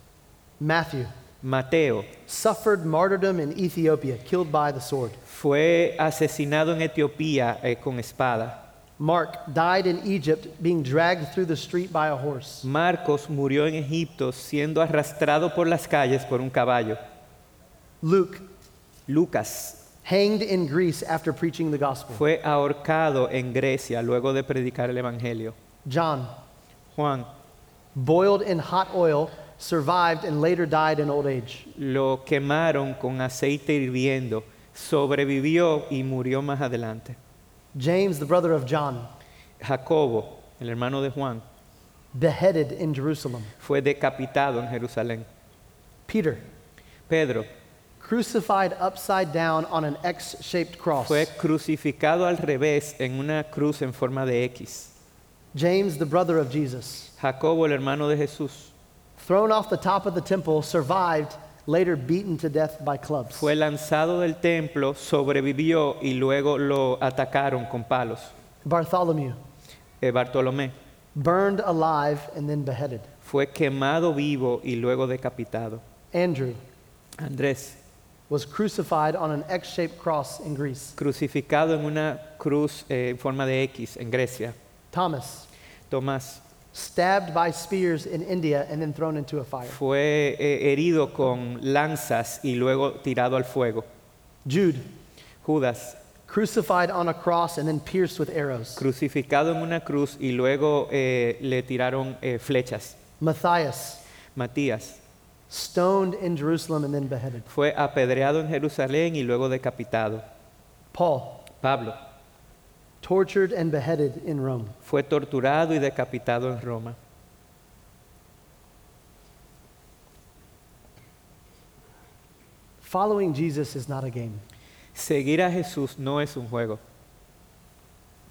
B: Matthew
C: Mateo
B: suffered martyrdom in Ethiopia, killed by the sword.
C: fue asesinado en Etiopía eh, con espada.
B: Mark died in Egypt, being dragged through the street by a horse.
C: Marcos murió en Egipto siendo arrastrado por las calles por un caballo.
B: Luke
C: Lucas
B: hanged in Greece after preaching the gospel.
C: fue ahorcado en Grecia luego de predicar el Evangelio.
B: John,
C: Juan
B: boiled in hot oil, survived and later died in old age.
C: lo quemaron con aceite hirviendo, sobrevivió y murió más adelante.
B: James, the brother of John,
C: Jacobo, el hermano de Juan,
B: beheaded in Jerusalem.
C: fue decapitado en Jerusalén.
B: Peter,
C: Pedro
B: crucified upside down on an X shaped cross.
C: fue crucificado al revés en una cruz en forma de X.
B: James, the brother of Jesus,
C: Jacobo, el hermano de Jesús,
B: thrown off the top of the temple, survived, later beaten to death by clubs.
C: fue lanzado del templo, sobrevivió y luego lo atacaron con palos.
B: Bartholomew,
C: Eh, Bartolomé
B: burned alive, and then beheaded.
C: Fue quemado vivo y luego decapitado.
B: Andrew
C: Andrés,
B: was crucified on an X shaped cross in Greece.
C: crucificado en una cruz eh, en forma de X en Grecia.
B: Thomas
C: Tomás
B: stabbed by spears in India and then thrown into a fire.
C: fue eh, herido con lanzas y luego tirado al fuego.
B: Jude
C: Judas,
B: crucified on a cross and then pierced with arrows.
C: crucificado en una cruz y luego eh, le tiraron eh, flechas.
B: Matthias
C: Matías
B: stoned in Jerusalem and then beheaded.
C: fue apedreado en Jerusalén y luego decapitado.
B: Paul
C: Pablo
B: tortured and beheaded in Rome.
C: fue torturado y decapitado en Roma.
B: Following Jesus is not a game.
C: Seguir a Jesús no es un juego.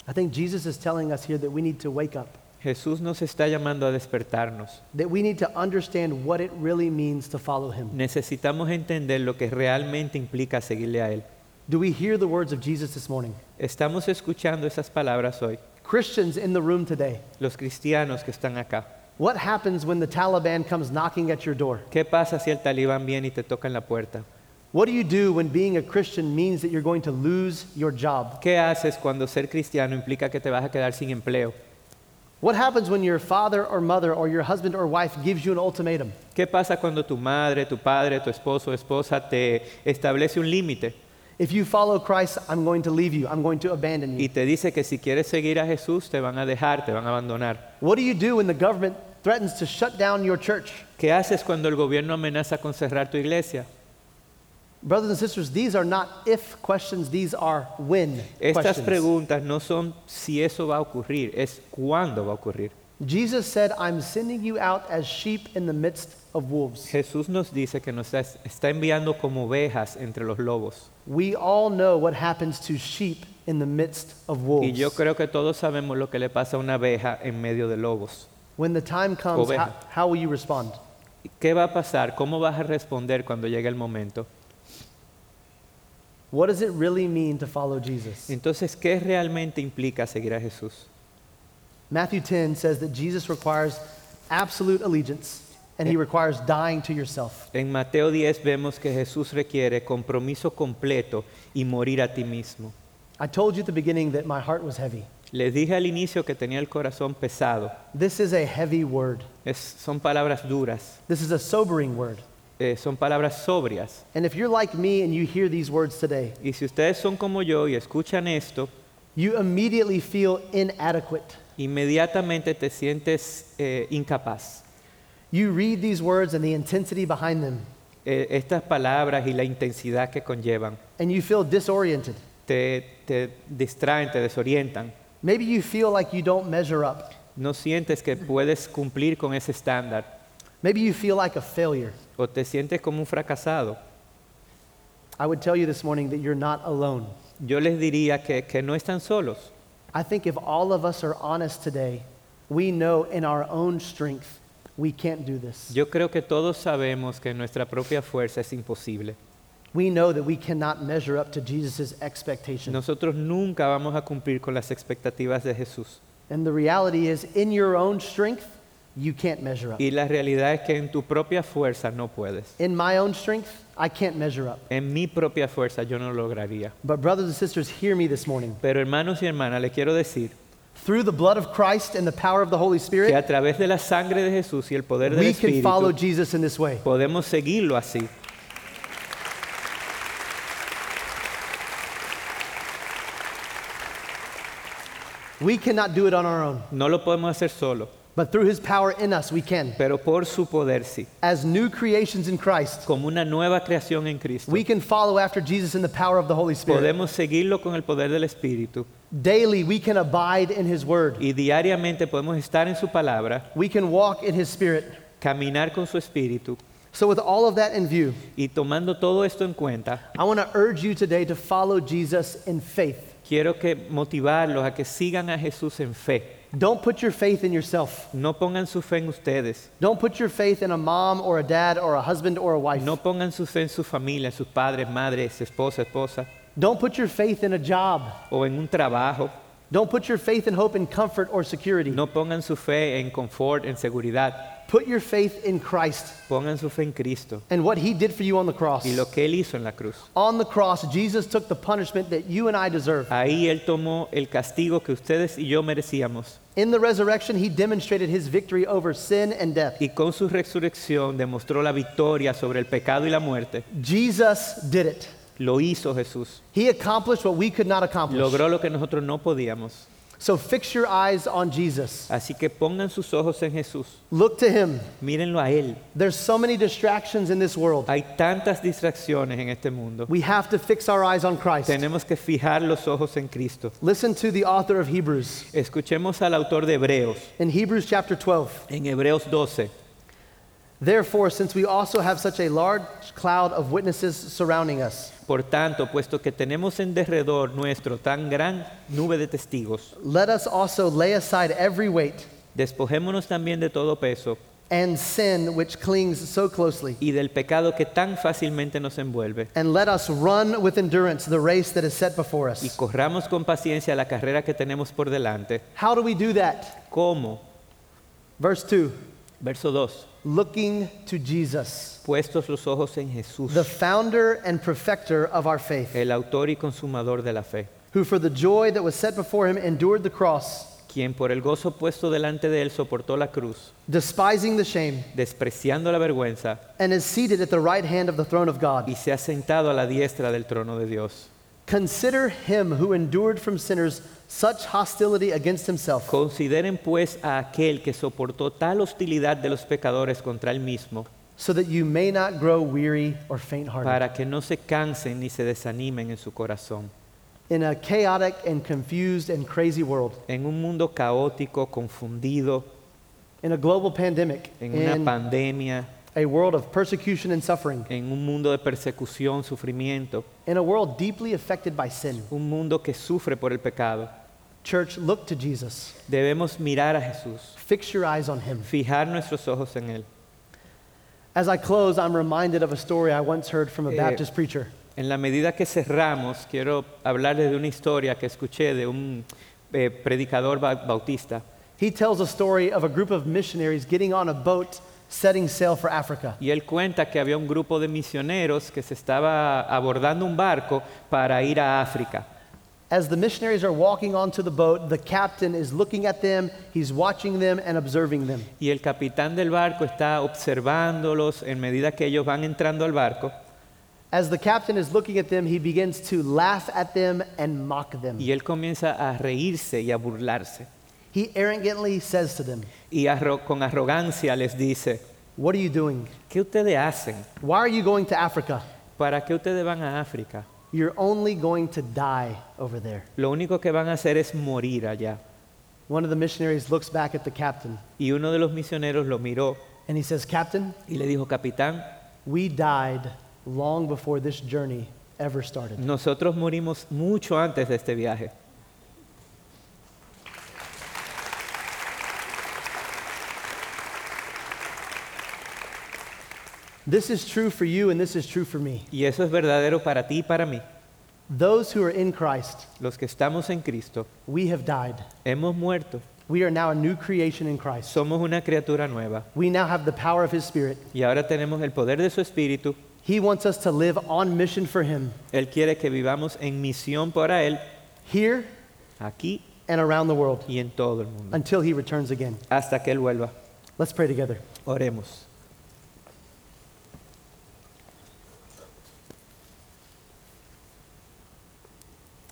B: I think Jesus is telling us here that we need to wake up,
C: Jesús nos está llamando a despertarnos.
B: that we need to understand what it really means to follow him.
C: Necesitamos entender lo que realmente implica seguirle a Él.
B: Do we hear the words of Jesus this morning?
C: Estamos escuchando esas palabras hoy,
B: Christians in the room today,
C: los cristianos que están acá.
B: what happens when the Taliban comes knocking at your door?
C: ¿Qué pasa si el talibán viene y te toca en la puerta?
B: What do you do when being a Christian means that you're going to lose your job?
C: ¿Qué haces cuando ser cristiano implica que te vas a quedar sin empleo?
B: What happens when your father or mother or your husband or wife gives you an ultimatum?
C: ¿Qué pasa cuando tu madre, tu padre, tu esposo o esposa te establece un límite
B: If you follow Christ, I'm going to leave you, I'm going to abandon
C: y
B: you.
C: te dice que si quieres seguir a Jesús te van a dejar, te van a abandonar?
B: What do you do when the government threatens to shut down your church?
C: ¿Qué haces cuando el gobierno amenaza con cerrar tu iglesia?
B: Brothers and sisters, these are not if questions, these are when
C: Estas
B: questions.
C: preguntas no son si eso va a ocurrir, es cuándo va a ocurrir.
B: Jesus said, I'm sending you out as sheep in the midst of wolves.
C: Jesús nos dice que nos está- está enviando como ovejas entre los lobos.
B: We all know what happens to sheep in the midst of
C: Y
B: wolves.
C: yo creo que todos sabemos lo que le pasa a una abeja en medio de lobos.
B: When the time comes,
C: Oveja.
B: how, how will you respond?
C: ¿Qué va a pasar? ¿Cómo vas a responder cuando llegue el momento?
B: What does it really mean to follow Jesus?
C: Entonces, ¿qué realmente implica seguir a Jesús?
B: Matthew 10 says that Jesus requires absolute allegiance and he requires dying to yourself.
C: En Mateo 10 vemos que Jesús requiere compromiso completo y morir a ti mismo.
B: I told you at the beginning that my heart was heavy.
C: Les dije al inicio que tenía el corazón pesado.
B: This is a heavy word.
C: Es- son palabras duras,
B: This is a sobering word.
C: eh, son palabras sobrias.
B: And if you're like me and you hear these words today,
C: Y si ustedes son como yo y escuchan esto,
B: you immediately feel inadequate.
C: inmediatamente te sientes eh, incapaz.
B: You read these words and the intensity behind them,
C: Eh, estas palabras y la intensidad que conllevan
B: and you feel disoriented.
C: te, te distraen, te desorientan.
B: Maybe you feel like you don't measure up.
C: No sientes que puedes cumplir con ese estándar
B: Maybe you feel like a failure.
C: o te sientes como un fracasado.
B: I would tell you this morning that you're not alone.
C: Yo les diría que, que no están solos.
B: I think if all of us are honest today, we know in our own strength we can't do this.
C: Yo creo que todos sabemos que nuestra propia fuerza es imposible.
B: We know that we cannot measure up to Jesus' expectation.
C: Nosotros nunca vamos a cumplir con las expectativas de Jesús.
B: And the reality is, in your own strength, you can't measure up.
C: Y la realidad es que en tu propia fuerza no puedes.
B: In my own strength, I can't measure up.
C: En mi propia fuerza yo no lograría.
B: But, brothers and sisters, hear me this morning.
C: Pero hermanos y hermanas, les quiero decir
B: Through the blood of Christ and the power of the Holy
C: que
B: Spirit,
C: a través de la sangre de Jesús y el poder del
B: we can follow
C: Espíritu
B: Jesus in this way.
C: podemos seguirlo así.
B: We cannot do it on our own,
C: No lo podemos hacer solo,
B: but through his power in us, we can.
C: pero por su poder sí.
B: As new creations in Christ,
C: Como una nueva creación en Cristo.
B: we can follow after Jesus in the power of the Holy Spirit.
C: Podemos seguirlo con el poder del Espíritu
B: Daily, we can abide in his word.
C: y diariamente podemos estar en su palabra,
B: We can walk in his spirit.
C: caminar con su Espíritu
B: So, with all of that in view,
C: y tomando todo esto en cuenta,
B: I want to urge you today to follow Jesus in faith.
C: quiero que motivarlos a que sigan a Jesús en fe.
B: Don't put your faith in yourself.
C: No pongan su fe en ustedes,
B: Don't put your faith in a mom or a dad or a husband or a wife.
C: no pongan su fe en su familia, en sus padres, madres, esposa, esposa
B: Don't put your faith in a job.
C: o en un trabajo.
B: Don't put your faith and hope in comfort or security.
C: No pongan su fe en confort, en seguridad.
B: Put your faith in Christ
C: Pongan su fe en Cristo
B: and what he did for you on the cross.
C: y lo que Él hizo en la cruz.
B: On the cross, Jesus took the punishment that you and I deserve.
C: Ahí Él tomó el castigo que ustedes y yo merecíamos.
B: In the resurrection, he demonstrated his victory over sin and death.
C: Y con su resurrección demostró la victoria sobre el pecado y la muerte.
B: Jesus did it.
C: Lo hizo Jesús.
B: He accomplished what we could not accomplish.
C: Logró lo que nosotros no podíamos.
B: So fix your eyes on Jesus.
C: Así que pongan sus ojos en Jesús.
B: Look to him.
C: Mírenlo a Él.
B: There's so many distractions in this world.
C: Hay tantas distracciones en este mundo.
B: We have to fix our eyes on Christ.
C: Tenemos que fijar los ojos en Cristo.
B: Listen to the author of Hebrews.
C: Escuchemos al autor de Hebreos.
B: In Hebrews chapter 12,
C: En Hebreos 12.
B: therefore, since we also have such a large cloud of witnesses surrounding us,
C: Por tanto, puesto que tenemos en derredor nuestro tan gran nube de testigos,
B: let us also lay aside every weight
C: despojémonos también de todo peso
B: and sin which clings so closely,
C: y del pecado que tan fácilmente nos envuelve,
B: and let us run with endurance the race that is set before
C: y
B: us.
C: corramos con paciencia la carrera que tenemos por delante.
B: How do we do that?
C: ¿Cómo?
B: Verse 2
C: Verso 2.
B: looking to Jesus,
C: Puestos los ojos en Jesús,
B: the founder and perfecter of our faith,
C: el autor y consumador de la fe,
B: who for the joy that was set before him endured the cross,
C: quien por el gozo puesto delante de él soportó la cruz,
B: despising the shame,
C: despreciando la vergüenza,
B: and is seated at the right hand of the throne of God.
C: y se ha sentado a la diestra del trono de Dios.
B: Consider him who endured from sinners such hostility against himself,
C: Consideren pues a aquel que soportó tal hostilidad de los pecadores contra él mismo,
B: so that you may not grow weary or faint hearted.
C: para que no se cansen ni se desanimen en su corazón.
B: In a chaotic and confused and crazy world,
C: En un mundo caótico, confundido,
B: in a global pandemic,
C: en una
B: in
C: pandemia,
B: a world of persecution and suffering,
C: en un mundo de persecución, sufrimiento,
B: in a world deeply affected by sin,
C: un mundo que sufre por el pecado,
B: church, look to Jesus.
C: debemos mirar a Jesús,
B: Fix your eyes on him.
C: fijar nuestros ojos en él.
B: As I close, I'm reminded of a story I once heard from a
C: Eh,
B: Baptist preacher.
C: En la medida que cerramos, quiero hablarles de una historia que escuché de un eh, predicador ba- bautista.
B: He tells a story of a group of missionaries getting on a boat setting sail for Africa.
C: Y él cuenta que había un grupo de misioneros que se estaba abordando un barco para ir a África.
B: As the missionaries are walking onto the boat, the captain is looking at them, he's watching them and observing them.
C: Y el capitán del barco está observándolos en medida que ellos van entrando al barco.
B: As the captain is looking at them, he begins to laugh at them and mock them.
C: Y él comienza a reírse y a burlarse.
B: He arrogantly says to them,
C: Y arro- con arrogancia les dice,
B: What are you doing?
C: ¿qué ustedes hacen?
B: Why are you going to Africa?
C: ¿Para qué ustedes van a África?
B: You're only going to die over there.
C: Lo único que van a hacer es morir allá.
B: One of the missionaries looks back at the captain
C: Y uno de los misioneros lo miró
B: and he says, Captain,
C: y le dijo, capitán,
B: we died long before this journey ever started.
C: nosotros morimos mucho antes de este viaje.
B: This is true for you and this is true for me.
C: Y eso es verdadero para ti y para mí.
B: Those who are in Christ,
C: Los que estamos en Cristo,
B: we have died.
C: hemos muerto,
B: We are now a new creation in Christ.
C: somos una criatura nueva
B: We now have the power of His Spirit.
C: y ahora tenemos el poder de su Espíritu.
B: He wants us to live on mission for Him,
C: Él quiere que vivamos en misión para Él,
B: here
C: aquí
B: and around the world,
C: y en todo el mundo,
B: until He returns again.
C: hasta que Él vuelva.
B: Let's pray together.
C: Oremos.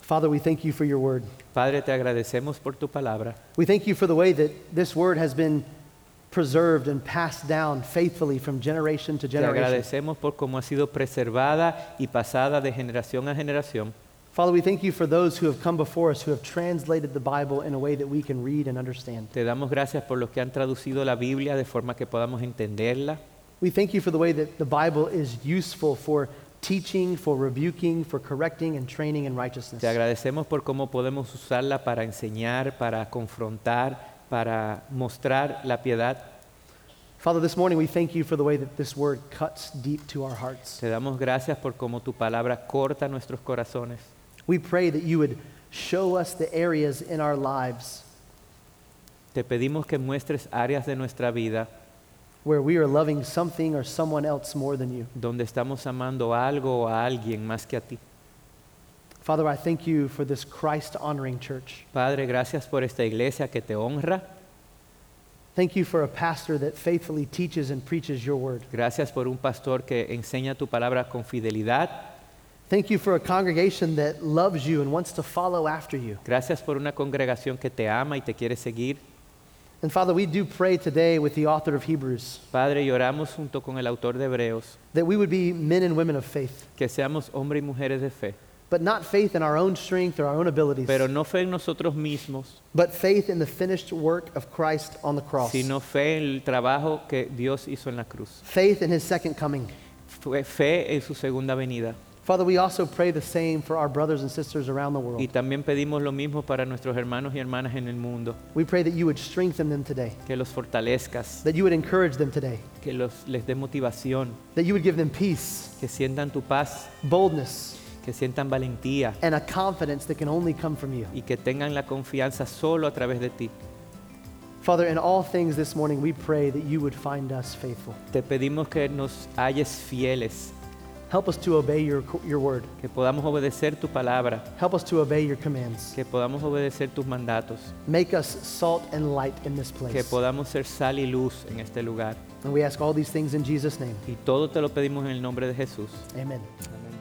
B: Father, we thank you for your word.
C: Padre, te agradecemos por tu palabra.
B: We thank you for the way that this word has been preserved and passed down faithfully from generation to
C: Te
B: generation.
C: agradecemos por cómo ha sido preservada y pasada de generación a generación.
B: Father, we thank you for those who have come before us who have translated the Bible in a way that we can read and understand.
C: Te damos gracias por los que han traducido la Biblia de forma que podamos entenderla.
B: We thank you for the way that the Bible is useful for teaching, for rebuking, for correcting, and training in righteousness.
C: Te agradecemos por cómo podemos usarla para enseñar, para confrontar, para mostrar la piedad.
B: Father, this morning we thank you for the way that this word cuts deep to our hearts.
C: Te damos gracias por cómo tu palabra corta nuestros corazones.
B: We pray that you would show us the areas in our lives
C: Te pedimos que muestres áreas de nuestra vida
B: where we are loving something or someone else more than you.
C: donde estamos amando a algo o a alguien más que a ti.
B: Father, I thank you for this Christ honoring church.
C: Padre, gracias por esta iglesia que te honra.
B: Thank you for a pastor that faithfully teaches and preaches your word.
C: Gracias por un pastor que enseña tu palabra con fidelidad.
B: Thank you for a congregation that loves you and wants to follow after you.
C: Gracias por una congregación que te ama y te quiere seguir.
B: And Father, we do pray today with the author of Hebrews
C: Padre, lloramos junto con el autor de Hebreos
B: that we would be men and women of faith,
C: que seamos hombres y mujeres de fe,
B: but not faith in our own strength or our own abilities,
C: pero no fe en nosotros mismos,
B: but faith in the finished work of Christ on the cross,
C: sino fe en el trabajo que Dios hizo en la cruz,
B: faith in his second coming.
C: Fue fe en su segunda venida.
B: Father, we also pray the same for our brothers and sisters around the
C: Y
B: world.
C: también pedimos lo mismo para nuestros hermanos y hermanas en el mundo,
B: We pray that you would strengthen them today,
C: que los fortalezcas,
B: that you would encourage them today,
C: que los, les dé motivación,
B: that you would give them peace,
C: que sientan tu paz,
B: boldness,
C: que sientan valentía
B: and a confidence that can only come from you.
C: y que tengan la confianza solo a través de ti.
B: Father, in all things this morning, we pray that you would find us faithful.
C: Te pedimos que nos halles fieles,
B: Help us to obey your, your word.
C: que podamos obedecer tu palabra,
B: Help us to obey your commands.
C: que podamos obedecer tus mandatos,
B: Make us salt and light in this
C: que
B: place.
C: podamos ser sal y luz en este lugar.
B: And we ask all these things in Jesus' name.
C: Y todo te lo pedimos en el nombre de Jesús.
B: Amen.
C: Amén.